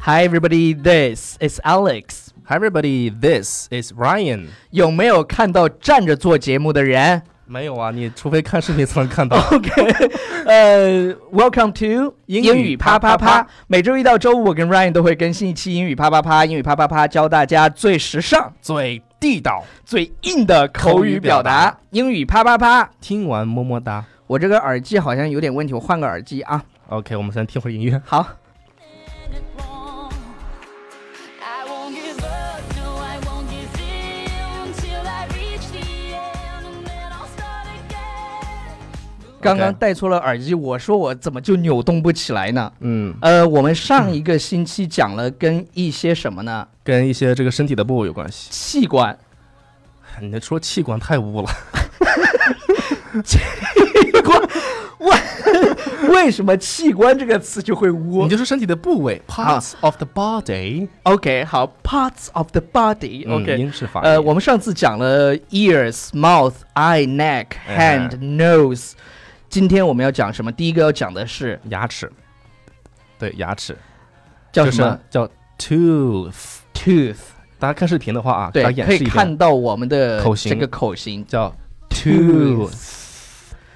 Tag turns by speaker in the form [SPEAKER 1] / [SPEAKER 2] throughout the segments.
[SPEAKER 1] Hi everybody, this is Alex。
[SPEAKER 2] Hi everybody, this is Ryan。
[SPEAKER 1] 有没有看到站着做节目的人
[SPEAKER 2] 没有啊，你除非看视频才能看 到。
[SPEAKER 1] ？OK，呃、w e l c o m e to
[SPEAKER 2] 英语
[SPEAKER 1] 啪啪
[SPEAKER 2] 啪啪
[SPEAKER 1] 啪。每周一到周五，我跟 Ryan 都会更新一期英语啪啪啪。英语啪啪啪，教大家最时尚、
[SPEAKER 2] 最地道，
[SPEAKER 1] 最硬的口语表达。英语啪啪啪。
[SPEAKER 2] 听完么么哒。
[SPEAKER 1] 我这个耳机好像有点问题，我换个耳机啊。
[SPEAKER 2] OK，我们先听会儿音乐。
[SPEAKER 1] 好，
[SPEAKER 3] it wrong. I won't give up, no, I won't give in till I reach the end, and then I'll start again.
[SPEAKER 1] 刚刚
[SPEAKER 2] OK
[SPEAKER 1] 带错了耳机，我说我怎么就扭动不起来呢？
[SPEAKER 2] 嗯，
[SPEAKER 1] 呃，我们上一个星期讲了跟一些什么呢？
[SPEAKER 2] 跟一些这个身体的部位有关系。
[SPEAKER 1] 器官。
[SPEAKER 2] 你这说器官太污了。
[SPEAKER 1] 为什么“器官”这个词就会污
[SPEAKER 2] 你就说身体的部位，parts of the body。
[SPEAKER 1] ？OK，好，parts of the body。
[SPEAKER 2] 嗯
[SPEAKER 1] OK，、
[SPEAKER 2] 英式发音。
[SPEAKER 1] 呃，我们上次讲了 ears、mouth、eye、neck、
[SPEAKER 2] 哎
[SPEAKER 1] hand、nose，今天我们要讲什么？第一个要讲的是
[SPEAKER 2] 牙齿，对牙齿
[SPEAKER 1] 叫
[SPEAKER 2] 就
[SPEAKER 1] 什么
[SPEAKER 2] 是叫 tooth。
[SPEAKER 1] ？tooth。
[SPEAKER 2] 大家看视频的话啊，给大
[SPEAKER 1] 对，
[SPEAKER 2] 家演
[SPEAKER 1] 可以
[SPEAKER 2] 示一遍，
[SPEAKER 1] 看到我们的
[SPEAKER 2] 口
[SPEAKER 1] 这
[SPEAKER 2] 型
[SPEAKER 1] 个口型
[SPEAKER 2] 叫 tooth，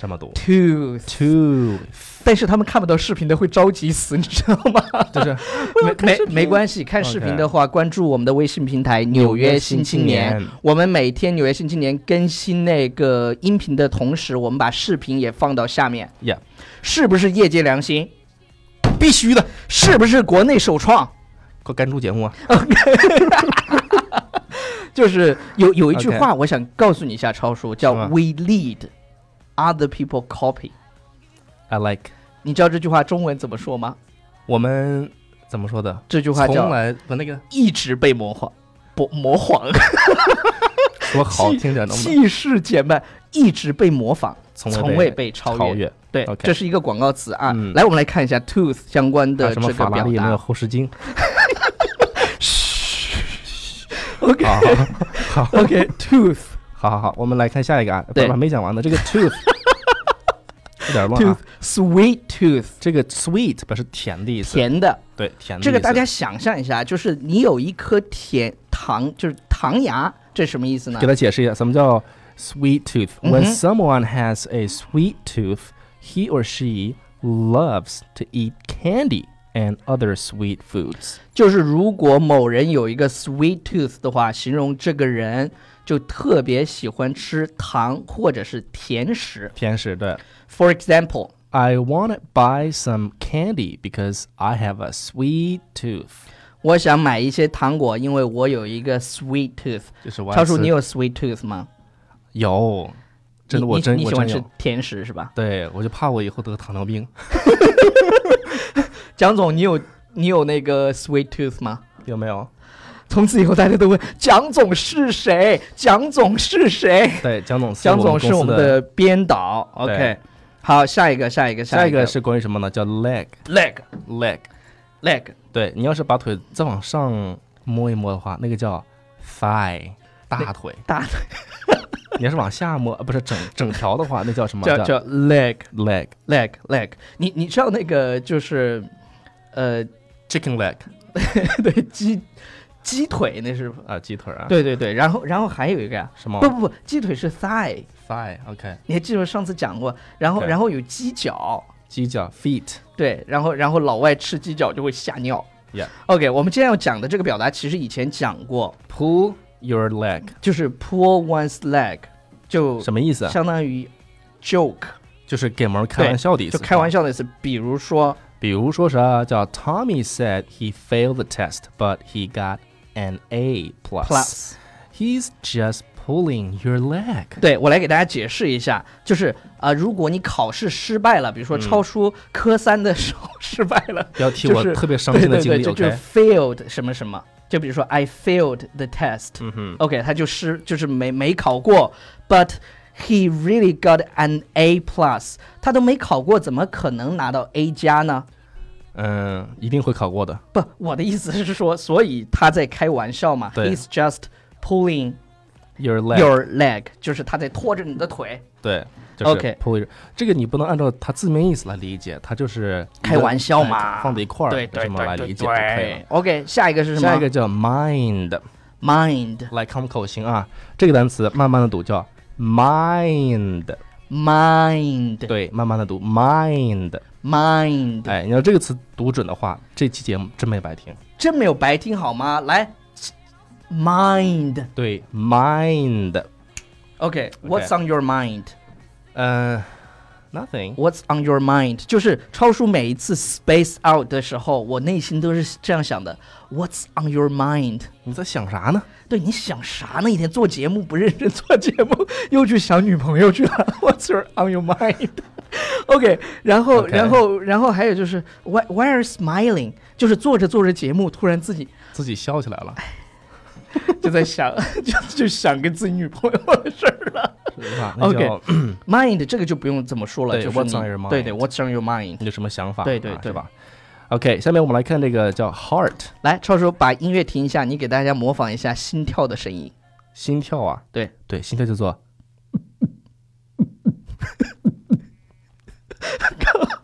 [SPEAKER 2] 这么读
[SPEAKER 1] tooth，
[SPEAKER 2] tooth，
[SPEAKER 1] 但是他们看不到视频的会着急死，你知道吗？
[SPEAKER 2] 就是
[SPEAKER 1] 没没没关系，看视频
[SPEAKER 2] OK
[SPEAKER 1] 的话，关注我们的微信平台《纽约新青年》
[SPEAKER 2] 纽约新青年
[SPEAKER 1] 我们每天《纽约新青年》更新那个音频的同时，我们把视频也放到下面，
[SPEAKER 2] 呀，
[SPEAKER 1] 是不是业界良心？
[SPEAKER 2] 必须的，
[SPEAKER 1] 是不是国内首创？
[SPEAKER 2] 快干出节目啊！
[SPEAKER 1] 就是有有一句
[SPEAKER 2] OK
[SPEAKER 1] 话，我想告诉你一下，超叔叫
[SPEAKER 2] 什么
[SPEAKER 1] “We lead, other people copy”。
[SPEAKER 2] I like
[SPEAKER 1] 你知道这句话中文怎么说吗？
[SPEAKER 2] 我们怎么说的？
[SPEAKER 1] 这句话
[SPEAKER 2] 从
[SPEAKER 1] 叫
[SPEAKER 2] 来不那个
[SPEAKER 1] “一直被模仿，不模仿，
[SPEAKER 2] 说好听点，能不能
[SPEAKER 1] 气势减慢，一直被模仿，
[SPEAKER 2] 从
[SPEAKER 1] 从未
[SPEAKER 2] 未
[SPEAKER 1] 被超
[SPEAKER 2] 超
[SPEAKER 1] 越”。
[SPEAKER 2] 越？
[SPEAKER 1] 对
[SPEAKER 2] OK
[SPEAKER 1] 这是一个广告词啊。
[SPEAKER 2] 嗯
[SPEAKER 1] 来，我们来看一下 tooth 相关
[SPEAKER 2] 还有
[SPEAKER 1] 的
[SPEAKER 2] 什
[SPEAKER 1] 这
[SPEAKER 2] 么
[SPEAKER 1] 个
[SPEAKER 2] 法拉
[SPEAKER 1] 表
[SPEAKER 2] 利那
[SPEAKER 1] 达。
[SPEAKER 2] 个后视镜？
[SPEAKER 1] OK
[SPEAKER 2] 好好
[SPEAKER 1] OK tooth
[SPEAKER 2] 好好好，我们来看下一个啊，
[SPEAKER 1] 对
[SPEAKER 2] 不还没讲完呢。这个 tooth 有点乱
[SPEAKER 1] tooth
[SPEAKER 2] 啊。
[SPEAKER 1] sweet tooth
[SPEAKER 2] 这个 sweet 表示甜的意思，
[SPEAKER 1] 甜的，
[SPEAKER 2] 对甜的意思。
[SPEAKER 1] 这个大家想象一下，啊就是你有一颗甜糖，就是糖牙，这什么意思呢
[SPEAKER 2] 给？他解释一下，什么叫 sweet tooth。
[SPEAKER 1] 嗯
[SPEAKER 2] When
[SPEAKER 1] 哼
[SPEAKER 2] someone has a sweet tooth, he or she loves to eat candy and other sweet foods。
[SPEAKER 1] 就是如果某人有一个 sweet tooth 的话，形容这个人就特别喜欢吃糖或者是甜食。
[SPEAKER 2] 甜食对。
[SPEAKER 1] For example，
[SPEAKER 2] I want to buy some candy because I have a sweet tooth。
[SPEAKER 1] 我想买一些糖果，因为我有一个 sweet tooth。
[SPEAKER 2] 就是我爱
[SPEAKER 1] 超叔，
[SPEAKER 2] 吃
[SPEAKER 1] 你有 sweet tooth 吗？
[SPEAKER 2] 有，真的
[SPEAKER 1] 你
[SPEAKER 2] 我
[SPEAKER 1] 你
[SPEAKER 2] 真
[SPEAKER 1] 你
[SPEAKER 2] 我
[SPEAKER 1] 喜欢
[SPEAKER 2] 真
[SPEAKER 1] 吃
[SPEAKER 2] 有。
[SPEAKER 1] 甜食是吧？
[SPEAKER 2] 对，我就怕我以后得糖尿病。
[SPEAKER 1] 蒋总，你有你有那个 sweet tooth 吗？
[SPEAKER 2] 有没有？
[SPEAKER 1] 从此以后，大家都问蒋总是谁？蒋总是谁？
[SPEAKER 2] 对，蒋总，
[SPEAKER 1] 蒋总是我们
[SPEAKER 2] 们公司
[SPEAKER 1] 的编导。
[SPEAKER 2] 对
[SPEAKER 1] OK，好，下一个，下一个，
[SPEAKER 2] 下
[SPEAKER 1] 一
[SPEAKER 2] 一
[SPEAKER 1] 个
[SPEAKER 2] 个是关于什么呢？叫 leg
[SPEAKER 1] leg
[SPEAKER 2] leg。
[SPEAKER 1] leg。
[SPEAKER 2] 对你要是把腿再往上摸一摸的话，那个叫 thigh 大腿。
[SPEAKER 1] 大腿
[SPEAKER 2] 你要是往下摸，呃不是整整条的话，那叫什么？
[SPEAKER 1] 叫叫 leg
[SPEAKER 2] leg
[SPEAKER 1] leg leg，你你知道那个就是，呃，
[SPEAKER 2] chicken leg
[SPEAKER 1] 对鸡鸡腿那是，
[SPEAKER 2] 啊，鸡腿啊。，
[SPEAKER 1] 对对对，然后然后还有一个呀，
[SPEAKER 2] 什么
[SPEAKER 1] 不不不，鸡腿是 thigh，
[SPEAKER 2] thigh OK
[SPEAKER 1] 你还记得上次讲过，然后
[SPEAKER 2] OK
[SPEAKER 1] 然后有鸡脚，
[SPEAKER 2] 鸡脚 feet
[SPEAKER 1] 对，然后然后老外吃鸡脚就会吓尿。
[SPEAKER 2] Yeah
[SPEAKER 1] OK，我们今天要讲的这个表达其实以前讲过，
[SPEAKER 2] pull your leg
[SPEAKER 1] 就是 pull one's leg，就
[SPEAKER 2] 什么意思啊？
[SPEAKER 1] 相当于 joke，
[SPEAKER 2] 就是给毛开玩笑的意思，
[SPEAKER 1] 就开玩
[SPEAKER 2] 笑。
[SPEAKER 1] 笑的意思。比如说
[SPEAKER 2] 比如说啥叫 Tommy said he failed the test, but he got an A plus.
[SPEAKER 1] plus，
[SPEAKER 2] He's just pulling your leg.
[SPEAKER 1] 对我来给大家解释一下，就是啊、呃如果你考试失败了，比
[SPEAKER 2] 嗯
[SPEAKER 1] 如说超出科三的时候失败了，
[SPEAKER 2] 不要提
[SPEAKER 1] 就
[SPEAKER 2] 我
[SPEAKER 1] 是
[SPEAKER 2] 特别伤
[SPEAKER 1] 对
[SPEAKER 2] 心的
[SPEAKER 1] 对
[SPEAKER 2] 经
[SPEAKER 1] 对，
[SPEAKER 2] 历
[SPEAKER 1] 就就是
[SPEAKER 2] ，OK？
[SPEAKER 1] failed 什么什么，就比如说 I failed the test，
[SPEAKER 2] 嗯哼
[SPEAKER 1] OK，他就失就是没没考过，but he really got an A plus，他都没考过，怎么可能拿到 A 加呢？
[SPEAKER 2] 嗯，一定会考过的。
[SPEAKER 1] 不，我的意思是说，所以他在开玩笑嘛
[SPEAKER 2] 对
[SPEAKER 1] ，he's just pulling
[SPEAKER 2] your leg
[SPEAKER 1] your leg，就是他在拖着你的腿，
[SPEAKER 2] 对，就是
[SPEAKER 1] OK
[SPEAKER 2] pull your 这个你不能按照它字面意思来理解，它就是一个
[SPEAKER 1] 开玩笑嘛
[SPEAKER 2] 哎放在一块儿
[SPEAKER 1] 对对
[SPEAKER 2] 这么来
[SPEAKER 1] 对对
[SPEAKER 2] 理解就可以了
[SPEAKER 1] 对。。OK，下一个是什么？
[SPEAKER 2] 下一个叫 mind，
[SPEAKER 1] mind
[SPEAKER 2] 来看我们口型啊，这个单词慢慢的读叫 mind，
[SPEAKER 1] mind
[SPEAKER 2] 对，慢慢的读 mind。
[SPEAKER 1] mind，
[SPEAKER 2] 哎，你要这个词读准的话，这期节目真没白听。
[SPEAKER 1] 真没有白听好吗？来，mind。
[SPEAKER 2] 对，mind，
[SPEAKER 1] OK，What's、on your mind？
[SPEAKER 2] 嗯、n o t h i n g
[SPEAKER 1] What's on your mind？就是超叔每一次 space out 的时候，我内心都是这样想的：What's on your mind？
[SPEAKER 2] 你在想啥呢？
[SPEAKER 1] 对，你想啥呢？一天做节目不认真做节目， 又去想女朋友去了。What's your on your mind？OK，然后
[SPEAKER 2] OK
[SPEAKER 1] 然后，然后还有就是，why why are you smiling？就是做着做着节目，突然自己
[SPEAKER 2] 自己笑起来
[SPEAKER 1] 哎
[SPEAKER 2] 了，
[SPEAKER 1] 就在想， 就就想跟自己女朋友的事儿了。
[SPEAKER 2] 是吧
[SPEAKER 1] OK
[SPEAKER 2] 那叫
[SPEAKER 1] Mind 这个就不用这么说了，
[SPEAKER 2] 对
[SPEAKER 1] 就是
[SPEAKER 2] what's
[SPEAKER 1] 你
[SPEAKER 2] on your mind
[SPEAKER 1] 对对，What's on your mind？
[SPEAKER 2] 你有什么想法？
[SPEAKER 1] 对对
[SPEAKER 2] 啊
[SPEAKER 1] 对
[SPEAKER 2] 是吧？OK，下面我们来看这个叫 heart
[SPEAKER 1] 来，超叔把音乐停一下，你给大家模仿一下心跳的声音。
[SPEAKER 2] 心跳啊，
[SPEAKER 1] 对
[SPEAKER 2] 对，心跳叫做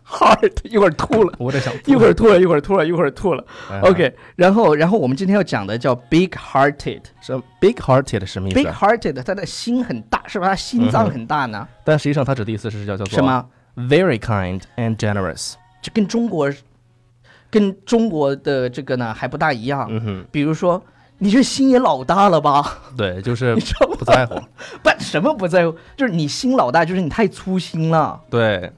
[SPEAKER 1] ，hard，一会儿吐了，
[SPEAKER 2] 我 在想
[SPEAKER 1] 一会儿吐了，一会儿吐了，一会儿吐了。
[SPEAKER 2] 哎
[SPEAKER 1] OK，然后然后我们今天要讲的叫 big hearted。
[SPEAKER 2] 什么 big hearted 什么意
[SPEAKER 1] big
[SPEAKER 2] 思啊？
[SPEAKER 1] hearted，他的心很大，是不是？他心脏很大呢？
[SPEAKER 2] 但实际上它指的意思是叫叫做
[SPEAKER 1] 什么？
[SPEAKER 2] Very kind and generous。
[SPEAKER 1] 就跟中国，跟中国的这个呢还不大一样。
[SPEAKER 2] 嗯
[SPEAKER 1] 比如说，你这心也老大了 吧？
[SPEAKER 2] 哼，对，就是
[SPEAKER 1] 你知道吗
[SPEAKER 2] 不在乎。
[SPEAKER 1] 不，什么不在乎，就是你心老大，就是你太粗心了。
[SPEAKER 2] 对，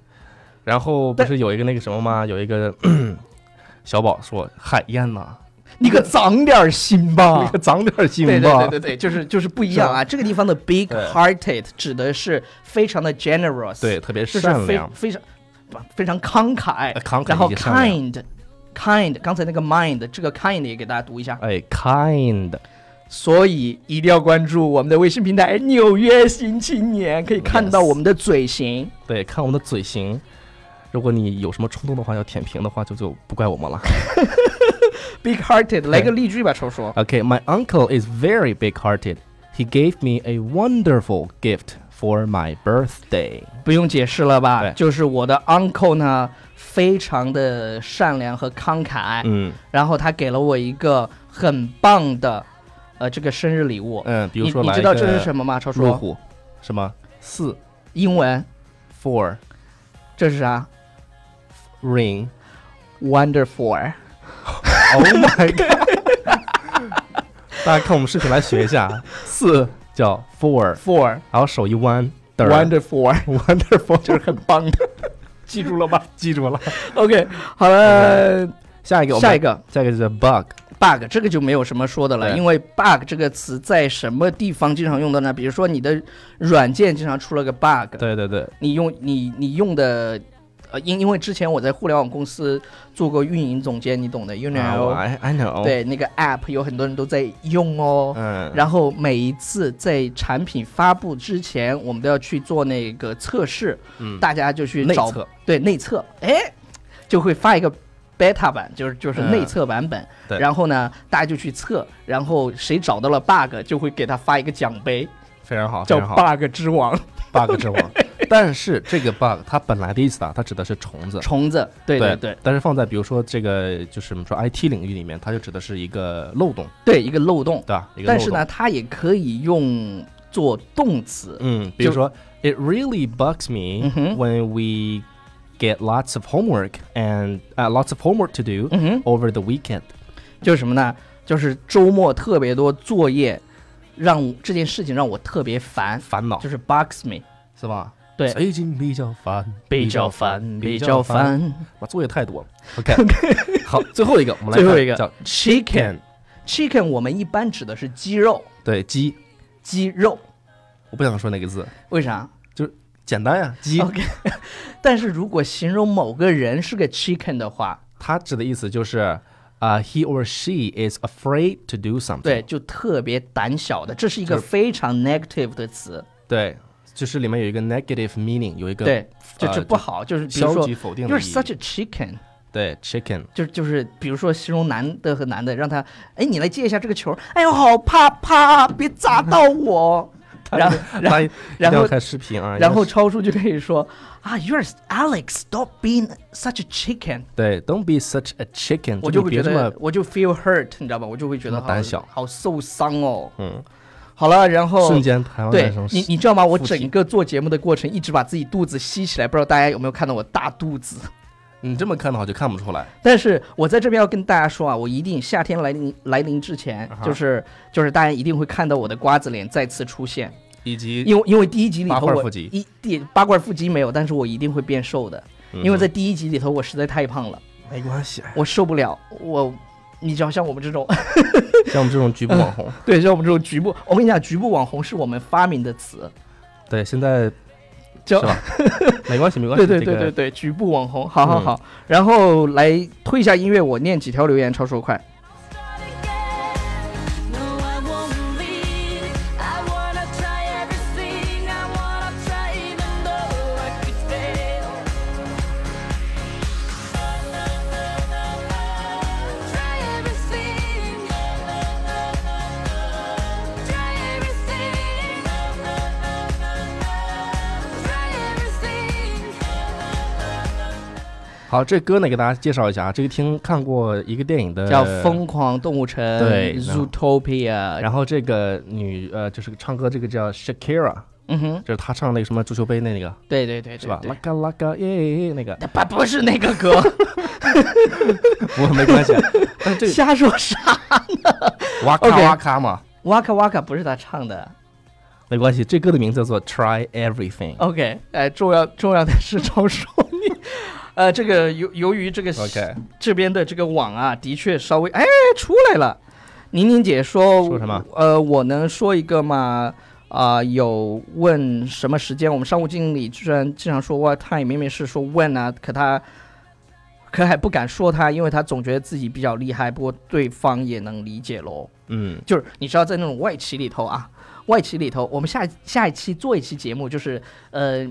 [SPEAKER 2] 然后不
[SPEAKER 1] 但
[SPEAKER 2] 是有一个那个什么吗？有一个 小宝说：“海 燕呐，啊
[SPEAKER 1] 你可长点心
[SPEAKER 2] 你
[SPEAKER 1] 吧
[SPEAKER 2] 可。长点心吧。
[SPEAKER 1] 对对对对对，就是就是不一样啊！这个地方的 big
[SPEAKER 2] 对
[SPEAKER 1] hearted 指的是非常的 generous，
[SPEAKER 2] 对特别
[SPEAKER 1] 就是
[SPEAKER 2] 善
[SPEAKER 1] 非
[SPEAKER 2] 良。
[SPEAKER 1] 非常不非常哎慷慨
[SPEAKER 2] 呃，慷慨
[SPEAKER 1] 然后
[SPEAKER 2] 以及善良
[SPEAKER 1] kind kind，刚才那个 mind 这个 kind 也给大家读一下，
[SPEAKER 2] 哎，kind，
[SPEAKER 1] 所以一定要关注我们的微信平台《纽约新青年》，可以看到
[SPEAKER 2] Yes
[SPEAKER 1] 我们的嘴型。
[SPEAKER 2] 对，看我们的嘴型。如果你有什么冲动的话，要舔屏的话，就就不怪我们了。
[SPEAKER 1] big hearted，来个例句吧，超叔。
[SPEAKER 2] OK，my、uncle is very big-hearted. He gave me a wonderful gift for my birthday.
[SPEAKER 1] 不用解释了吧？
[SPEAKER 2] 对
[SPEAKER 1] 就是我的 uncle 呢，非常的善良和慷慨，
[SPEAKER 2] 嗯
[SPEAKER 1] 然后他给了我一个很棒的，呃，这个生日礼物。
[SPEAKER 2] 嗯，比如说
[SPEAKER 1] 你你
[SPEAKER 2] 来
[SPEAKER 1] 知道这是什
[SPEAKER 2] 么？
[SPEAKER 1] 么吗？超
[SPEAKER 2] 路
[SPEAKER 1] 叔，
[SPEAKER 2] 虎，什么四
[SPEAKER 1] 英文
[SPEAKER 2] four
[SPEAKER 1] 这是啥
[SPEAKER 2] ring？
[SPEAKER 1] ？Wonderful。
[SPEAKER 2] Oh my god！大家看我们视频来学一下，四叫 four，
[SPEAKER 1] For
[SPEAKER 2] 然后手一弯
[SPEAKER 1] wonderful，
[SPEAKER 2] wonderful，
[SPEAKER 1] 就是很棒的，记住了吧
[SPEAKER 2] 记住了。
[SPEAKER 1] ？OK，好了
[SPEAKER 2] 下一个，
[SPEAKER 1] 下一，个
[SPEAKER 2] 下一个叫 bug，
[SPEAKER 1] bug 这个就没有什么说的了，
[SPEAKER 2] 对
[SPEAKER 1] 因为 bug 这个词在什么地方经常用的呢？比如说你的软件经常出了个 bug，
[SPEAKER 2] 对对对，
[SPEAKER 1] 你用你你用的。呃，因因为之前我在互联网公司做过运营总监，你懂的，you
[SPEAKER 2] 啊我
[SPEAKER 1] know，
[SPEAKER 2] I I know，，
[SPEAKER 1] 对那个 app 有很多人都在用哦，
[SPEAKER 2] 嗯，
[SPEAKER 1] 然后每一次在产品发布之前，我们都要去做那个测试，
[SPEAKER 2] 嗯
[SPEAKER 1] 大家就去
[SPEAKER 2] 内
[SPEAKER 1] 找
[SPEAKER 2] 测
[SPEAKER 1] 对内测，哎，就会发一个 beta 版，就是就是
[SPEAKER 2] 嗯
[SPEAKER 1] 内测版本。
[SPEAKER 2] 对
[SPEAKER 1] 然后呢，大家就去测，然后谁找到了 bug，就会给他发一个奖杯，
[SPEAKER 2] 非常啊好，非
[SPEAKER 1] 叫
[SPEAKER 2] 常好
[SPEAKER 1] bug 之王
[SPEAKER 2] ，bug 之王。但是这个 bug 它本来的意思啊，它指的是虫子，
[SPEAKER 1] 虫子。对对对
[SPEAKER 2] 但是放在比如说这个就是我们说 IT 领域里面，它就指的是一个漏洞，
[SPEAKER 1] 对，一个漏洞
[SPEAKER 2] 对。吧？一个
[SPEAKER 1] 但
[SPEAKER 2] 漏
[SPEAKER 1] 是
[SPEAKER 2] 洞
[SPEAKER 1] 呢，，它也可以用做动词。
[SPEAKER 2] 嗯，比如
[SPEAKER 1] 就
[SPEAKER 2] 说，It Mm, really bugs
[SPEAKER 1] 嗯
[SPEAKER 2] me
[SPEAKER 1] 哼
[SPEAKER 2] when we get lots of homework and uh, lots of homework to do
[SPEAKER 1] 嗯哼，
[SPEAKER 2] over the weekend。
[SPEAKER 1] 就是什么呢？就是周末特别多作业，让这件事情让我特别烦。
[SPEAKER 2] 烦恼
[SPEAKER 1] 就是 bugs me，
[SPEAKER 2] 是吧？
[SPEAKER 1] 对
[SPEAKER 2] 最近哎比较烦，
[SPEAKER 1] 比较。烦。
[SPEAKER 2] 哇，作业太多。OK，好， 最后一个，我们来
[SPEAKER 1] 最后
[SPEAKER 2] 看
[SPEAKER 1] 一个
[SPEAKER 2] 叫
[SPEAKER 1] chicken
[SPEAKER 2] can，
[SPEAKER 1] chicken，我们一般指的是鸡肉，
[SPEAKER 2] 对鸡，
[SPEAKER 1] 鸡肉，
[SPEAKER 2] 我不想说那个字，
[SPEAKER 1] 为啥
[SPEAKER 2] 简单呀，鸡，
[SPEAKER 1] ？OK，但是如果形容某个人是个 chicken 的话，
[SPEAKER 2] 它指的意思就是。啊、h e or she is afraid to do something。
[SPEAKER 1] 对，就特别胆小的，这是一个
[SPEAKER 2] 就是
[SPEAKER 1] 非常 negative 的词，
[SPEAKER 2] 对，就是里面有一个 negative meaning，有一个
[SPEAKER 1] 对，这
[SPEAKER 2] 呃
[SPEAKER 1] 这不好，就是比如
[SPEAKER 2] 消
[SPEAKER 1] 说
[SPEAKER 2] 极否定的
[SPEAKER 1] ，you're
[SPEAKER 2] 意义
[SPEAKER 1] such a chicken，
[SPEAKER 2] 对，chicken，
[SPEAKER 1] 就就是比如说形容男的和男的，让他哎你来接一下这个球，哎呦好怕怕，别砸到我。然后 然后
[SPEAKER 2] 他一定
[SPEAKER 1] 然
[SPEAKER 2] 要
[SPEAKER 1] 后
[SPEAKER 2] 看视频啊，
[SPEAKER 1] 然
[SPEAKER 2] 要
[SPEAKER 1] 后
[SPEAKER 2] 是
[SPEAKER 1] 超叔就可以说啊，You're Alex, stop being such a chicken。
[SPEAKER 2] 对，Don't be such a chicken，
[SPEAKER 1] 我就
[SPEAKER 2] 就你
[SPEAKER 1] 会
[SPEAKER 2] 别
[SPEAKER 1] 觉
[SPEAKER 2] 这么
[SPEAKER 1] 得，我就 feel hurt，你知道吧？我就会觉得
[SPEAKER 2] 这么
[SPEAKER 1] 好
[SPEAKER 2] 胆小
[SPEAKER 1] 好受伤哦。
[SPEAKER 2] 嗯，
[SPEAKER 1] 好了，然后
[SPEAKER 2] 瞬间台湾
[SPEAKER 1] 哦对
[SPEAKER 2] 男生
[SPEAKER 1] 你，你知道吗？我
[SPEAKER 2] 附体
[SPEAKER 1] 整个做节目的过程一直把自己肚子吸起来，不知道大家有没有看到我大肚子？
[SPEAKER 2] 你这么看的话就看不出来，
[SPEAKER 1] 但是我在这边要跟大家说啊，我一定夏天来临来临之前
[SPEAKER 2] 啊，哈
[SPEAKER 1] 就是就是大家一定会看到我的瓜子脸再次出现，
[SPEAKER 2] 以及
[SPEAKER 1] 因为因为第一集里
[SPEAKER 2] 八
[SPEAKER 1] 头
[SPEAKER 2] 块
[SPEAKER 1] 我
[SPEAKER 2] 腹肌嗯
[SPEAKER 1] 一第八块腹肌没有，但是我一定会变瘦的，因为在第一集里头我实在太胖了，
[SPEAKER 2] 没关系，
[SPEAKER 1] 我受不了，我你知道像我们这 种
[SPEAKER 2] 像我们这种局部网红，
[SPEAKER 1] 对像我们这种局部，我跟你讲，局部网红是我们发明的词，
[SPEAKER 2] 对，现在
[SPEAKER 1] 叫
[SPEAKER 2] 是吧？没关系，没关
[SPEAKER 1] 对
[SPEAKER 2] 系，
[SPEAKER 1] 对
[SPEAKER 2] 这
[SPEAKER 1] 对
[SPEAKER 2] 个
[SPEAKER 1] 对对，局部网红，好好
[SPEAKER 2] 嗯
[SPEAKER 1] 好，然后来推一下音乐，我念几条留言，超叔快。
[SPEAKER 3] Start again. No, I won't leave. I wanna try everything. I wanna try even though I could fail. Try everything. Try everything. Try everything.
[SPEAKER 2] 好，这歌呢给大家介绍一下啊，这个听看过一个电影的
[SPEAKER 1] 叫《疯狂动物城》
[SPEAKER 2] 呃对然后
[SPEAKER 1] Zootopia，
[SPEAKER 2] 然后这个女呃，就是唱歌这个叫 Shakira，
[SPEAKER 1] 嗯哼，
[SPEAKER 2] 就是她唱那个什么足球杯那个
[SPEAKER 1] 对对对，对
[SPEAKER 2] 是吧？
[SPEAKER 1] 对
[SPEAKER 2] 拉嘎拉嘎耶那个，
[SPEAKER 1] 不不是那个 歌，
[SPEAKER 2] 不过没关系，啊但是这
[SPEAKER 1] 瞎说啥？
[SPEAKER 2] 个哇咔
[SPEAKER 1] OK
[SPEAKER 2] 哇咔嘛，
[SPEAKER 1] 哇卡哇卡不是他唱的。
[SPEAKER 2] 没关系。这歌的名字叫做 Try Everything，
[SPEAKER 1] OK，哎，重要重要的是超叔你，呃，这个由由于这个
[SPEAKER 2] OK
[SPEAKER 1] 这边的这个网啊，的确稍微哎出来了。宁宁姐说
[SPEAKER 2] 说什么？
[SPEAKER 1] 呃，我能说一个吗？啊、有问什么时间？我们商务经理居然经常说 what time，明明是说 when 啊，可他可还不敢说他，因为他总觉得自己比较厉害，不过对方也能理解喽。
[SPEAKER 2] 嗯，
[SPEAKER 1] 就是你知道在那种外企里头啊，外企里头，我们下下一期做一期节目，就是呃，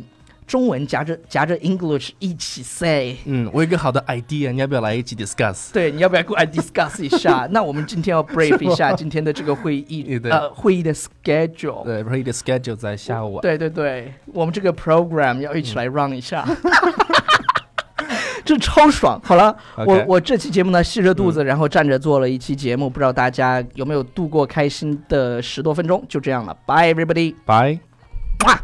[SPEAKER 1] 中文夹着夹着 English 一起 say。
[SPEAKER 2] 嗯，我有一个好的 idea，你要不要来一起 discuss？
[SPEAKER 1] 对，你要不要过来 discuss 一 下？那我们今天要 brief 一下今天的这个会议
[SPEAKER 2] 对，对
[SPEAKER 1] 呃，会议的 schedule。
[SPEAKER 2] 对 r e a d schedule 在下午。啊
[SPEAKER 1] 对对对，我们这个 program 要一起来 run 一 下， 这超爽。好了
[SPEAKER 2] OK 嗯
[SPEAKER 1] 我我这期节目呢，吸着肚子，然后站着做了一期节目，不知道大家有没有度过开心的十多分钟？就这样了，bye everybody，
[SPEAKER 2] Bye。
[SPEAKER 1] 哇。